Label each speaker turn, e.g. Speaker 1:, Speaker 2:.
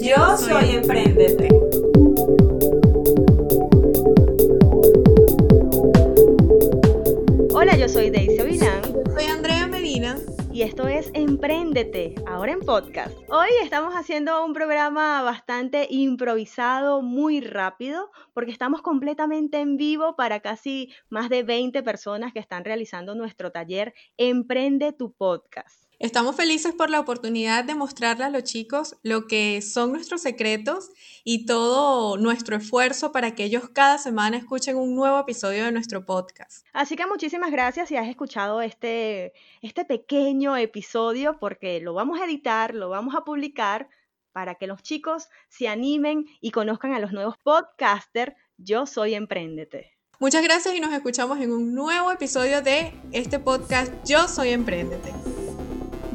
Speaker 1: Yo soy Emprendete.
Speaker 2: Hola, yo soy Daisy Ovilán
Speaker 3: Soy Andrea Medina.
Speaker 2: y esto es Emprendete, ahora en podcast. Hoy estamos haciendo un programa bastante improvisado, muy rápido, porque estamos completamente en vivo para casi más de 20 personas que están realizando nuestro taller Emprende tu podcast.
Speaker 3: Estamos felices por la oportunidad de mostrarle a los chicos lo que son nuestros secretos y todo nuestro esfuerzo para que ellos cada semana escuchen un nuevo episodio de nuestro podcast.
Speaker 2: Así que muchísimas gracias si has escuchado este, este pequeño episodio porque lo vamos a editar, lo vamos a publicar para que los chicos se animen y conozcan a los nuevos podcasters. Yo soy Emprendete.
Speaker 3: Muchas gracias y nos escuchamos en un nuevo episodio de este podcast Yo Soy Emprendete.